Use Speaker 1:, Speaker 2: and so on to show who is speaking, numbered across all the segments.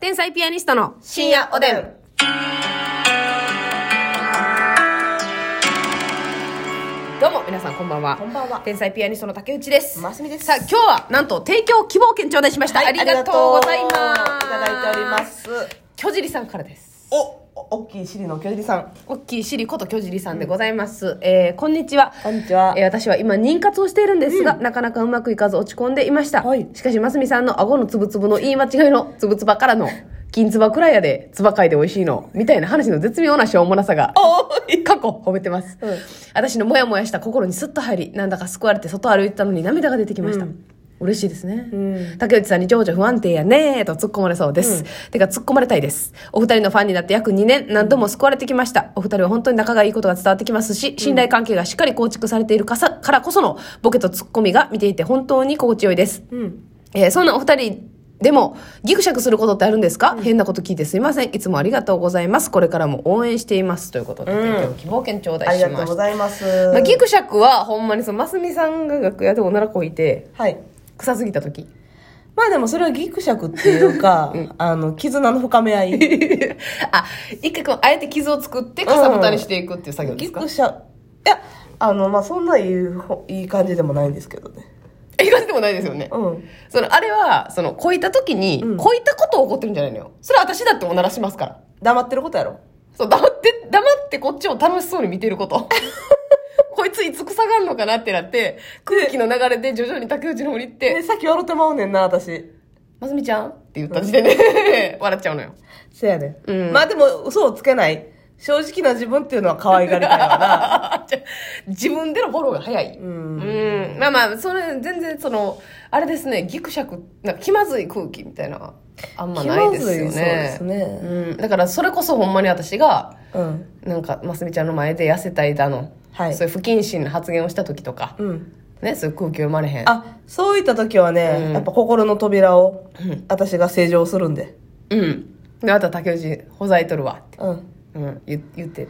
Speaker 1: 天才ピアニストの
Speaker 2: 深夜おでん。
Speaker 1: どうも皆さんこんばんは
Speaker 2: こんばんは
Speaker 1: 天才ピアニストの竹内です
Speaker 2: ますみです
Speaker 1: さあ今日はなんと提供希望券頂戴しました、
Speaker 2: はい
Speaker 1: ありがとうございます
Speaker 2: いただいております。
Speaker 1: 巨尻さんからです
Speaker 2: お、お大きいシリの巨尻さん。
Speaker 1: おっきいシリこと巨尻さんでございます、えーこんにちは
Speaker 2: こんにちは
Speaker 1: えー私は今妊活をしているんですが、なかなかうまくいかず落ち込んでいました、
Speaker 2: はい
Speaker 1: しかしますみさんの顎のつぶつぶの言い間違いのつぶつば からの金つばくらいやでつばかいで美味しいのみたいな話の絶妙なしょうもなさが過去褒めてます、
Speaker 2: うん
Speaker 1: 私のモヤモヤした心にスッと入りなんだか救われて外歩いてたのに涙が出てきました、嬉しいですね、
Speaker 2: うん
Speaker 1: 竹内さんに情緒不安定やねーと突っ込まれそうです、てか突っ込まれたいですお二人のファンになって約2年何度も救われてきましたお二人は本当に仲がいいことが伝わってきますし信頼関係がしっかり構築されているかさからこそのボケとツッコミが見ていて本当に心地よいです、
Speaker 2: うん。
Speaker 1: えーそんなお二人でもギクシャクすることってあるんですか、変なこと聞いてすいませんいつもありがとうございますこれからも応援していますということで、提供希望券頂戴しました
Speaker 2: ありがとうございます。
Speaker 1: まあ、ギクシャクはほんまにそのますみさんが楽屋でおならこいて
Speaker 2: はい。
Speaker 1: 臭すぎた時
Speaker 2: まあでもそれはギクシャクって いうか、あの、絆の深め合 い。
Speaker 1: あ一回こうあえて傷を作ってかさぶたにしていくっていう作業で
Speaker 2: ギ
Speaker 1: すか、
Speaker 2: クシャ、いや、あの、まあそんないいほ、いい感じでもないんですけどね。
Speaker 1: え言わせてもないですよね、
Speaker 2: うん。
Speaker 1: そのあれはそのこいた時に、
Speaker 2: うん
Speaker 1: こいたことを起こってるんじゃないのよそれは私だっておならしますから
Speaker 2: 黙ってることやろ。
Speaker 1: そう黙って黙ってこっちを楽しそうに見てること こいついつ臭がんのかなってなって空気の流れで徐々に竹内の方に行っ
Speaker 2: え、
Speaker 1: て
Speaker 2: さっき笑ってまうねんな、私。
Speaker 1: 「ますみちゃん?」って言った時点で 笑っちゃうのよ
Speaker 2: せやね、
Speaker 1: うん
Speaker 2: まあでも、嘘をつけない。正直な自分っていうのは可愛がりたいわな。
Speaker 1: じゃ 自分でのフォローが早い。
Speaker 2: ん
Speaker 1: うんまあまあ、それ、全然その、あれですね、ギクシャク、なんか気まずい空気みたいな、あんまないですよね。
Speaker 2: 気まずいそうですね
Speaker 1: うん。だから、それこそほんまに私が、
Speaker 2: うん。
Speaker 1: なんか、ますみちゃんの前で痩せたいだの、
Speaker 2: はい
Speaker 1: そういう不謹慎な発言をした時とか、
Speaker 2: うん。
Speaker 1: ね、そういう空気読まれへん。
Speaker 2: あそういった時はね、
Speaker 1: うん
Speaker 2: やっぱ心の扉を私が正常するんで、
Speaker 1: うん。で、あとは竹内、ほざいとるわって、
Speaker 2: うん、
Speaker 1: うん、言言って。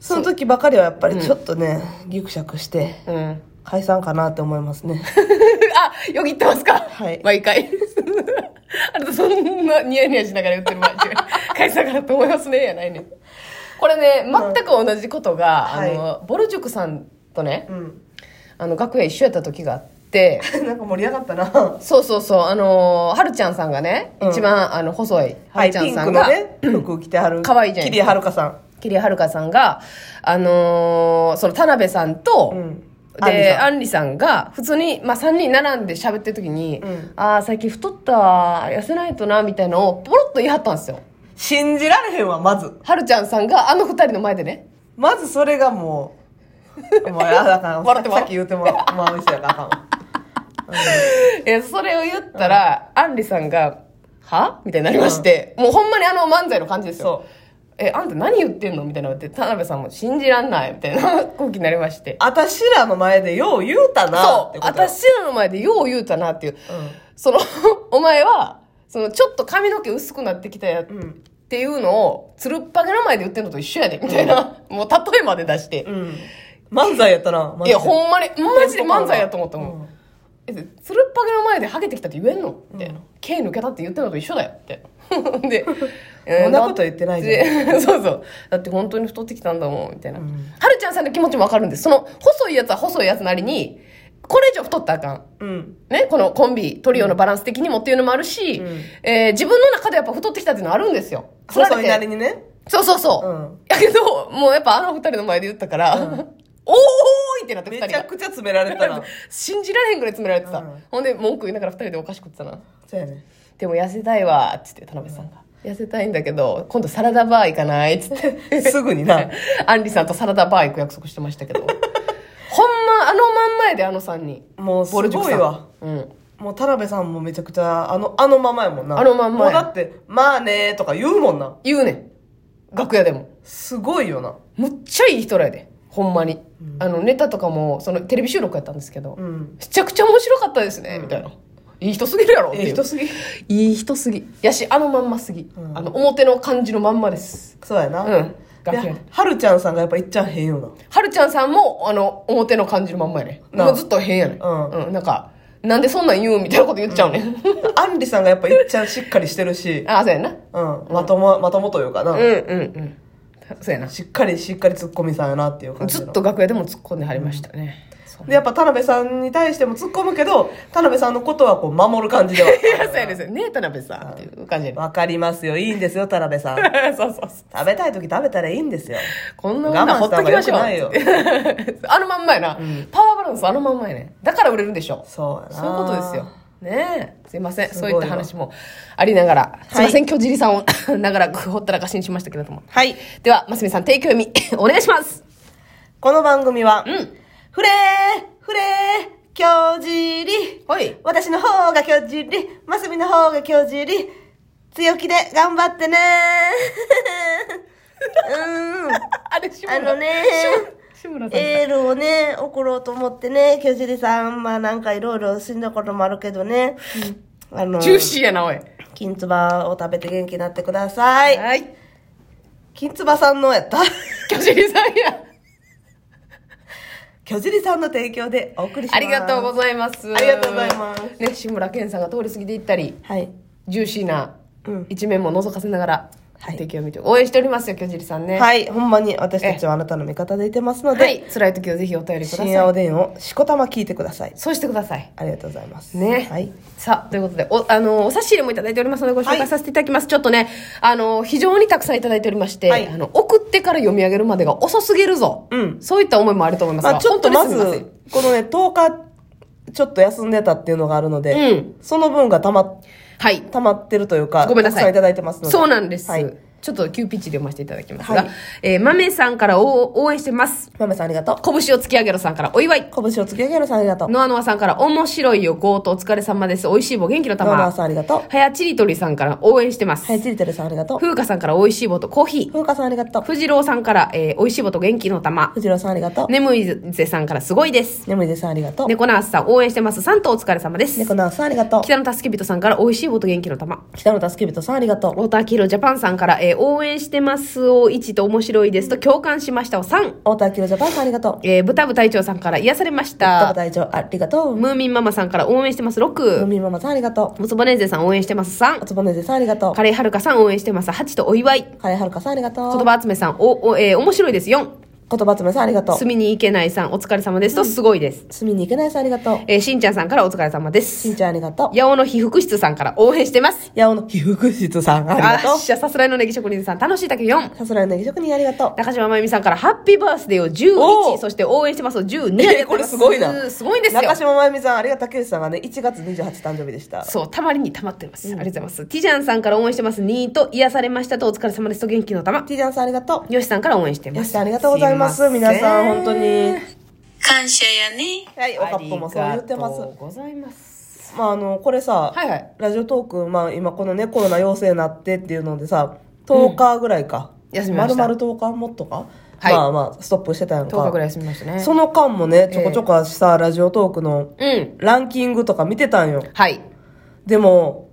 Speaker 2: その時ばかりはやっぱりちょっとね、ギクシャクして
Speaker 1: うん。
Speaker 2: 解散かなって思いますね
Speaker 1: あ、よぎってますか
Speaker 2: はい
Speaker 1: 毎回。 あなたそんなニヤニヤしながら言ってる毎 回。解散かなと思いますね、やないねん。これね、全く同じことが、
Speaker 2: はい
Speaker 1: あの、ボルジュクさんとね
Speaker 2: う、ん
Speaker 1: あの、楽屋一緒やった時があって、
Speaker 2: なんか 盛り上がったな
Speaker 1: そうそうそう、あの、はるちゃんさんがね、
Speaker 2: うん
Speaker 1: 一番、あの、細い、は
Speaker 2: は
Speaker 1: る
Speaker 2: い
Speaker 1: ちゃ
Speaker 2: ピ
Speaker 1: ん
Speaker 2: ン
Speaker 1: さ
Speaker 2: ク
Speaker 1: ん
Speaker 2: の
Speaker 1: が、
Speaker 2: ね服着てはる
Speaker 1: 可愛いじゃない
Speaker 2: 桐はるかさん
Speaker 1: 桐谷遥さんが、あのーその田辺さんと、
Speaker 2: うん
Speaker 1: で、
Speaker 2: あ
Speaker 1: あんりさんが、普通に、まあ、3人並んで喋ってる時に、
Speaker 2: うん
Speaker 1: ああ、最近太ったわ、痩せないとな、みたいなのを、ポロッと言い張ったんですよ。
Speaker 2: 信じられへんわまず
Speaker 1: はるちゃんさんが、あの二人の前でね。
Speaker 2: まずそれがも うもうやだから
Speaker 1: 笑ってまう
Speaker 2: さっき言ってもらうまうしやからあかん わ
Speaker 1: え、それを言ったら、あんりさんが、はみたいになりまして、もうほんまにあの漫才の感じですよ
Speaker 2: そ。
Speaker 1: え、あんた何言ってんのみたいなのって、田辺さんも信じらんない、みたいな空気になりまして。
Speaker 2: 私らの前でよう言うたなっ
Speaker 1: そ
Speaker 2: て
Speaker 1: う、
Speaker 2: ことよ
Speaker 1: 私らの前でよう言うたなっていう。
Speaker 2: うん
Speaker 1: その、 お前は、その、ちょっと髪の毛薄くなってきたやっ
Speaker 2: ん
Speaker 1: ていうのを、つるっぱげの前で言ってんのと一緒やで、みたいな、 もう例えまで出して。
Speaker 2: うん漫才やったなマジ
Speaker 1: い
Speaker 2: で
Speaker 1: や、ほんまに、マジで漫才やと思ったもん。
Speaker 2: うん
Speaker 1: えつるっぱげの前でハゲてきたって言えんのみたいな。毛抜けたって言ってんのと一緒だよ って。で、
Speaker 2: そんなこと言ってないじ
Speaker 1: ゃん。 そうそう。だって本当に太ってきたんだもん、みたいな。はるちゃんさんの気持ちもわかるんです。その、細いやつは細いやつなりに、これ以上太ったらあかん。
Speaker 2: うん
Speaker 1: ね、このコンビ、トリオのバランス的にもっていうのもあるし、
Speaker 2: ん
Speaker 1: えー自分の中でやっぱ太ってきたっていうのはあるんですよ。
Speaker 2: 細いなり
Speaker 1: に。
Speaker 2: にね。
Speaker 1: そうそうそう。
Speaker 2: うん
Speaker 1: やけど、もうやっぱあの二人の前で言ったから、おーいってなって二
Speaker 2: め
Speaker 1: 人が。。
Speaker 2: ちゃくちゃ詰められたら
Speaker 1: 信じられへんぐらい詰められてた、
Speaker 2: うん
Speaker 1: ほんで文句言いながら二人でお菓子食ってたな
Speaker 2: そうやね。
Speaker 1: でも痩せたいわっつって田辺さんが、痩せたいんだけど今度サラダバー行かないっつって
Speaker 2: すぐにな。
Speaker 1: あんりさんとサラダバー行く約束してましたけどほんまあのまんまやであの3人
Speaker 2: もうす
Speaker 1: ボ
Speaker 2: ご
Speaker 1: ルジュク
Speaker 2: い
Speaker 1: さん
Speaker 2: わ。
Speaker 1: うん
Speaker 2: もう田辺さんもめちゃくちゃ、あの、あのままやもんな。
Speaker 1: あのまんまや
Speaker 2: もうだって、まあねーとか言うもんな。
Speaker 1: 言うねん楽屋でも
Speaker 2: すごいよな。
Speaker 1: むっちゃいい人らやでほんまに、あのネタとかもそのテレビ収録やったんですけど、
Speaker 2: うん。
Speaker 1: めちゃくちゃ面白かったですね、みたいないい人すぎるやろっていう
Speaker 2: ええ人すぎ。
Speaker 1: いい人すぎやしあのまんますぎ、
Speaker 2: ん
Speaker 1: あの表の感じのまんまです
Speaker 2: そうやな。
Speaker 1: うん楽屋
Speaker 2: で、はるちゃんさんがやっぱいっちゃん変よ
Speaker 1: はるちゃんさんもあの表の感じのまんまやね
Speaker 2: なあ
Speaker 1: もうずっと変やね
Speaker 2: うん
Speaker 1: うん、なんかなんでそんなん言うみたいなこと言っちゃうねん。、
Speaker 2: アンリさんがやっぱいっちゃんしっかりしてるし
Speaker 1: あ、そうやな。
Speaker 2: うん、まとも、まともというかな、
Speaker 1: うんうんうん。そうやな。
Speaker 2: しっかりしっかりツッコミさんやなっていう感じ
Speaker 1: ずっ
Speaker 2: の。
Speaker 1: と楽屋でも突っ込んではりましたね。そう
Speaker 2: で、やっぱ田辺さんに対しても突っ込むけど、田辺さんのことはこう守る感じでは。
Speaker 1: いや、 そうやですよ。ねえ、田辺さん。っていう感じやね
Speaker 2: わかりますよ。いいんですよ、田辺さん。食
Speaker 1: そうそうそう。
Speaker 2: べたい時食べたらいいんですよ。
Speaker 1: こんな女ほっときましょう。
Speaker 2: 我慢
Speaker 1: あのまんまやな、パワーバランスあのまんまやね。だから売れるんでしょ。
Speaker 2: そうやな。
Speaker 1: そういうことですよ。。ねえ。すいません。
Speaker 2: す
Speaker 1: そ
Speaker 2: ご
Speaker 1: う
Speaker 2: い
Speaker 1: い
Speaker 2: わ
Speaker 1: った話もありながら。すいません。今日じりさんを 長らくほったらかしにしましたけれども。
Speaker 2: はい。
Speaker 1: では、ますみさん、提供読み、 お願いします。
Speaker 2: この番組は、
Speaker 1: うん。
Speaker 2: ふれー、ふれー、きょうじり。
Speaker 1: はい。
Speaker 2: 私の方がきょうじり、ますみの方がきょうじり。強気で頑張ってね ー。うーん。
Speaker 1: あれ、志村
Speaker 2: あのね
Speaker 1: 志村志村さん。
Speaker 2: エールをね、送ろうと思ってね、きょうじりさん、まあなんかいろいろ死んだこともあるけどね。あの、
Speaker 1: ジューシーやな、おい。
Speaker 2: 金つばを食べて元気になってください。
Speaker 1: はい。
Speaker 2: 金つばさんのやった。
Speaker 1: 巨人さんや。
Speaker 2: きょうじりさんの提供でお送りします。
Speaker 1: ありがとうご
Speaker 2: い
Speaker 1: ざいます。
Speaker 2: ありがとうございます。
Speaker 1: ね、志村けんさんが通り過ぎていったり、
Speaker 2: ます。はい。
Speaker 1: ジューシーな
Speaker 2: うん
Speaker 1: 一面も覗かせながら、
Speaker 2: はい
Speaker 1: 提供を見て、応援しておりますよ、巨人さんね。い。
Speaker 2: はい、ほんまに私たちはあなたの味方でいてますので、
Speaker 1: はい。辛い時はぜひお便りくださ
Speaker 2: 深夜お
Speaker 1: い。
Speaker 2: でんをしこたま聞いてください。
Speaker 1: そうしてください。
Speaker 2: ありがとうございます。
Speaker 1: ね、
Speaker 2: はい。
Speaker 1: さあということでおあのお差し入れもいただいておりますのでご紹
Speaker 2: は
Speaker 1: 介
Speaker 2: い
Speaker 1: させていただきます、ちょっとねあの非常にたくさんいただいておりまして、
Speaker 2: はい
Speaker 1: あの送ってから読み上げるまでが遅すぎるぞ、
Speaker 2: うん
Speaker 1: そういった思いもあると思いますが、
Speaker 2: まあちょっと
Speaker 1: 本
Speaker 2: ま
Speaker 1: 当に
Speaker 2: ず
Speaker 1: すみません、
Speaker 2: このね、10日、ちょっと休んでたっていうのがあるので、
Speaker 1: うん
Speaker 2: その分がたま、
Speaker 1: はい
Speaker 2: 溜まってるというか、
Speaker 1: ごめんなさい
Speaker 2: たくさんいただいてますので。
Speaker 1: そうなんです、
Speaker 2: はい。
Speaker 1: ちょっと急ピッチで読ませていただきますが、
Speaker 2: はい
Speaker 1: えー、豆さんから応応援してます
Speaker 2: まめさんありがとう。
Speaker 1: 拳を突き上げろさんからお祝い
Speaker 2: 拳を突き上げるさんありがとう。
Speaker 1: ノアノアさんから面白いよゴートお疲れ様です美味しい棒元気の
Speaker 2: ノーナー
Speaker 1: 玉
Speaker 2: さんありがとう。
Speaker 1: はやちりとりさんから応援してます、
Speaker 2: はい、ちりてるさんありがとう。
Speaker 1: 風花さんから美味しい棒とコーヒー
Speaker 2: ふうかさんありがとう。
Speaker 1: 藤郎さんから、えー、美味しい棒と元気の玉。
Speaker 2: ふじろうさんありがとう。
Speaker 1: 眠いぜさんからすごいです。
Speaker 2: ねむいでさんありがとう。
Speaker 1: 猫ナースさん応援してます。サントお疲れ様です
Speaker 2: ね。こなーさんありがとう。
Speaker 1: 北野助人さんから美味しい棒と元気の玉。
Speaker 2: 北野助人さんありがとう。
Speaker 1: ウォーターキーロージャパンさんから、えー応援してますを1と面白いですと共感しましたを3。
Speaker 2: 太田明ジャパンさんありがとう。
Speaker 1: えー、ブタブ隊長さんから癒されまし
Speaker 2: タバ
Speaker 1: た。
Speaker 2: 大長ありがとう。む
Speaker 1: ムーミンママさんから応援してます6。
Speaker 2: みママさんありがと
Speaker 1: ムツボネーゼさん応援してます
Speaker 2: う。お
Speaker 1: 3。
Speaker 2: つぼねぜさんありがとう
Speaker 1: カ。レイハルカさん応援してます8とお祝い。
Speaker 2: カレーはるかさんありがとう。
Speaker 1: 言葉集めさん、お、おえー面白いです4。
Speaker 2: 言葉集めさんありがとう。
Speaker 1: 住みに行けないさんお疲れ様ですとすごいです。
Speaker 2: 住みに行けないさんありがとう。
Speaker 1: えーしんちゃんさんからお疲れ様です。
Speaker 2: しんちゃんありがとう。
Speaker 1: 八尾の被服室さんから応援してます。
Speaker 2: やおの被服室さんあり
Speaker 1: あ
Speaker 2: がと
Speaker 1: っ
Speaker 2: う。
Speaker 1: しゃ、さすらいのネギ職人さん、楽しい竹4。
Speaker 2: さすらいのねぎ職人ありがとう。
Speaker 1: 中島まゆみさんから、ハッピーバースデーを
Speaker 2: お
Speaker 1: 11、
Speaker 2: ー
Speaker 1: そして応援してますを12。
Speaker 2: えこれすごいな
Speaker 1: すごいんですよ
Speaker 2: 中。島まゆみさんありがとう。竹内さんがね、1月28誕生日でした。
Speaker 1: そう、たまりに溜まってます。ありがとうございます。ティジャンさんから応援してます。2と、癒されましたと、お疲れ様ですと、元気の玉。
Speaker 2: ティジャンさんありがとう。
Speaker 1: よしさんから応援してま
Speaker 2: よし
Speaker 1: す。
Speaker 2: さんありがとうございます。
Speaker 1: すいませ
Speaker 2: 皆さん本当に。
Speaker 3: 感謝やね。
Speaker 2: はい、おかっぽもそう言ってま
Speaker 1: ありがと
Speaker 2: す。
Speaker 1: うございます。
Speaker 2: まああの、これさ、
Speaker 1: はいはい。
Speaker 2: ラジオトーク、まあ今このね、コロナ陽性になってっていうのでさ、10日ぐらいか。
Speaker 1: 休みました
Speaker 2: 丸々10日もっとか。
Speaker 1: はい
Speaker 2: まあまあ、ストップしてたやんか。
Speaker 1: 10日ぐらい休みましたね。
Speaker 2: その間もね、ちょこちょこ私さ、ラジオトークの
Speaker 1: うん。
Speaker 2: ランキングとか見てたんよ。
Speaker 1: はい。
Speaker 2: でも、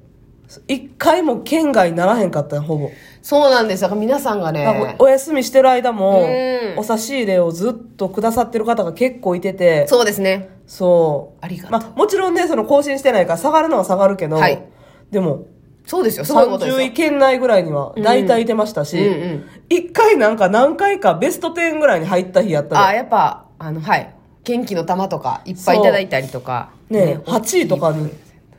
Speaker 2: 一回も県外にならへんかったよ、ほぼ。
Speaker 1: そうなんです。だから皆さんがね
Speaker 2: お、お休みしてる間も
Speaker 1: うん、
Speaker 2: お差し入れをずっとくださってる方が結構いてて、
Speaker 1: そうですね。
Speaker 2: そう。
Speaker 1: ありがとう
Speaker 2: まあ、もちろんね、その更新してないから下がるのは下がるけど、
Speaker 1: はい
Speaker 2: でも、
Speaker 1: そうですよ。すごいことです
Speaker 2: 30位
Speaker 1: よ。
Speaker 2: 圏内ぐらいには大体いてましたし、
Speaker 1: うんうん
Speaker 2: 一回なんか何回かベスト10ぐらいに入った日やったの
Speaker 1: あやっぱあのはい元気の玉とかいっぱいいただいたりとか
Speaker 2: ね8位とかに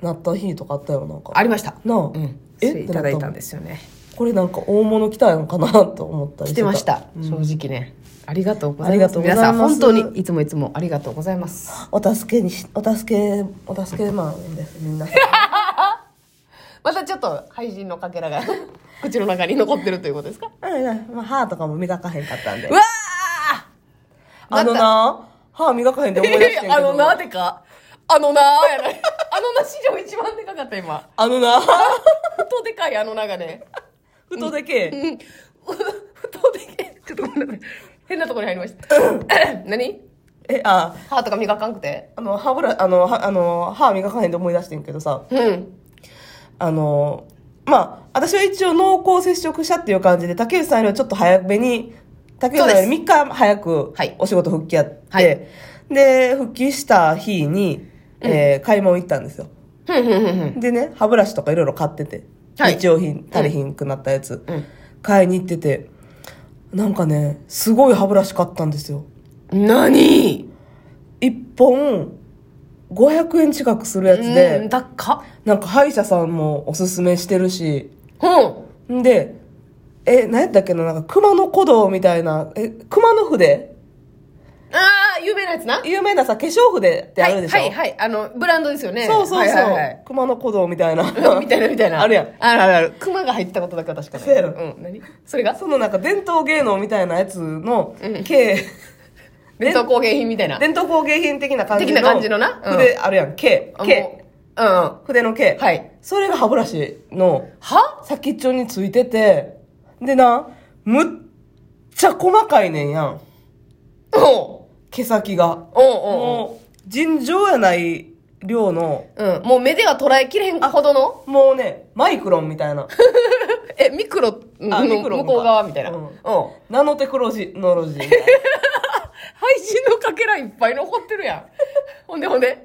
Speaker 2: なった日とかあったよなんか
Speaker 1: ありました
Speaker 2: なあ、
Speaker 1: うん
Speaker 2: え
Speaker 1: え
Speaker 2: っ
Speaker 1: い
Speaker 2: て
Speaker 1: た
Speaker 2: な
Speaker 1: だい
Speaker 2: ったた
Speaker 1: んですよね
Speaker 2: これなんか大物来たのかなと思ったり
Speaker 1: 来
Speaker 2: して
Speaker 1: ました、
Speaker 2: うん
Speaker 1: 正直ねありがとうござ
Speaker 2: あ
Speaker 1: い
Speaker 2: り
Speaker 1: ま
Speaker 2: が
Speaker 1: す
Speaker 2: とうござ
Speaker 1: 皆
Speaker 2: います
Speaker 1: さん本当にいつもいつもありがとうございます
Speaker 2: お助けにしお助けお助けマンですみ んな
Speaker 1: またちょっと廃人のかけらが 口の中に残ってるということですか
Speaker 2: うんうんまあ歯とかも磨かへんかったんで
Speaker 1: うわ
Speaker 2: あのな歯磨かへんで思い出してんけど
Speaker 1: あのなでかあのなやないあのな史上一番でかかった 今
Speaker 2: あのな
Speaker 1: ふとでかいあのながね
Speaker 2: 太でけ
Speaker 1: うん。ふとでけ。ちょっとごめんなさい。変なところに入りました。 何
Speaker 2: えあ
Speaker 1: 歯とか磨かんくて
Speaker 2: あの歯ブラあのはあの歯磨かへんで思い出してんけどさ
Speaker 1: うん。
Speaker 2: あのまあ私は一応濃厚接触者っていう感じで竹内さんよりはちょっと早めに竹内さんより3日早く
Speaker 1: はい
Speaker 2: お仕事復帰やって、
Speaker 1: はい
Speaker 2: で復帰した日にえー買い物行ったんですよ。
Speaker 1: ふんふんふんふん。
Speaker 2: でね、歯ブラシとかいろいろ買ってて、
Speaker 1: はい
Speaker 2: 日用品足りひんくなったやつ、
Speaker 1: うん
Speaker 2: 買いに行ってて、なんかね、すごい歯ブラシ買ったんですよ。
Speaker 1: 何
Speaker 2: 1本、500円近くするやつで、
Speaker 1: うん、高っ。
Speaker 2: なんか歯医者さんもおすすめしてるし、
Speaker 1: ほ
Speaker 2: んで、え、何やったっけな、なんか熊野古道みたいな、え、熊野筆
Speaker 1: うん。ああ、有名なやつな。
Speaker 2: 有名なさ、化粧筆ってあるでしょ、
Speaker 1: はい、はい、はい。あの、ブランドですよね。
Speaker 2: そうそうそう、
Speaker 1: はいはいはい
Speaker 2: 熊野古道み たいな。
Speaker 1: うんみたいなみたいな。
Speaker 2: あるやん。
Speaker 1: あるあるある。熊が入ってたことだけは確かに。
Speaker 2: そうやろ
Speaker 1: うん。何それが
Speaker 2: そのなんか伝統芸能みたいなやつの、
Speaker 1: うん
Speaker 2: 系、
Speaker 1: 伝統工芸品みたいな。
Speaker 2: 伝統工芸品的な感じの。
Speaker 1: 的な感じのなうん
Speaker 2: 筆あるやん、K。
Speaker 1: あ
Speaker 2: K。
Speaker 1: も
Speaker 2: 筆の K。
Speaker 1: はい。
Speaker 2: それが歯ブラシの
Speaker 1: うは
Speaker 2: 先っちょについてて、でな、むっちゃ細かいねんやん。
Speaker 1: おう
Speaker 2: 毛先が。
Speaker 1: おうおう
Speaker 2: もう、尋常やない量の、
Speaker 1: おううん。もう目では捉えきれへんほどの、
Speaker 2: もうね、マイクロンみた いな。
Speaker 1: え、ミクロ
Speaker 2: あ
Speaker 1: の
Speaker 2: ミ
Speaker 1: 向
Speaker 2: クロの
Speaker 1: こう側みたいな。
Speaker 2: う
Speaker 1: うんん。配
Speaker 2: ナノテクロジノロジーみたい な。
Speaker 1: 信のかけらいっぱい残ってるや ん。ほんでほんで。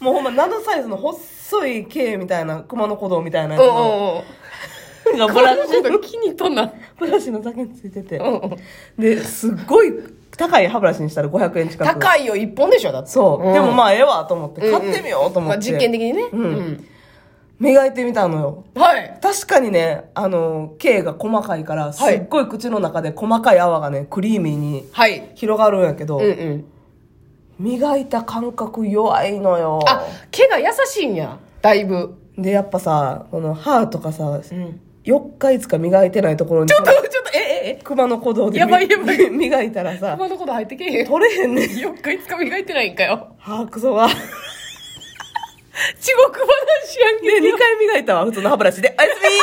Speaker 2: もうほんまナノサイズの細い毛みたいな、熊野古道みたいな
Speaker 1: う
Speaker 2: や
Speaker 1: ん
Speaker 2: つ
Speaker 1: う
Speaker 2: の
Speaker 1: んうん。
Speaker 2: が ブ
Speaker 1: ブ
Speaker 2: ラ
Speaker 1: ラ
Speaker 2: シ
Speaker 1: シの気に入っとんな。
Speaker 2: ブラシの先についてて
Speaker 1: う。んうん。
Speaker 2: で、すっごい高い歯ブラシにしたら500円近く。
Speaker 1: 高いよ、一本でしょ、だって。
Speaker 2: そう。
Speaker 1: ん
Speaker 2: でもまあ、ええわと思って、
Speaker 1: うんうん
Speaker 2: 買ってみようと思
Speaker 1: ま
Speaker 2: っ
Speaker 1: あ
Speaker 2: て。
Speaker 1: 実験的にね。
Speaker 2: うん
Speaker 1: うん。
Speaker 2: 磨いてみたのよ。
Speaker 1: はい。
Speaker 2: 確かにね、あの、毛が細かいから、す
Speaker 1: はい
Speaker 2: っごい口の中で細かい泡がね、クリーミーに
Speaker 1: はい。
Speaker 2: 広がるんやけど、
Speaker 1: うんうん。
Speaker 2: 磨いた感覚弱いのよ。
Speaker 1: あ、毛が優しいんや。だいぶ。
Speaker 2: で、やっぱさ、この歯とかさ、
Speaker 1: うん。
Speaker 2: 4日5日磨いてないところに、
Speaker 1: ちょっと、ちょっと、え、え、え。
Speaker 2: 熊の鼓動でみ
Speaker 1: やばいやばい
Speaker 2: 磨いたらさ、
Speaker 1: 熊のこと入ってけえへん。
Speaker 2: 取れへんねん。
Speaker 1: 4日5日磨いてないんかよ。
Speaker 2: 歯クソが。で、
Speaker 1: 地獄話やんけ。
Speaker 2: 2回磨いたわ、普通の歯ブラシで。おやすみ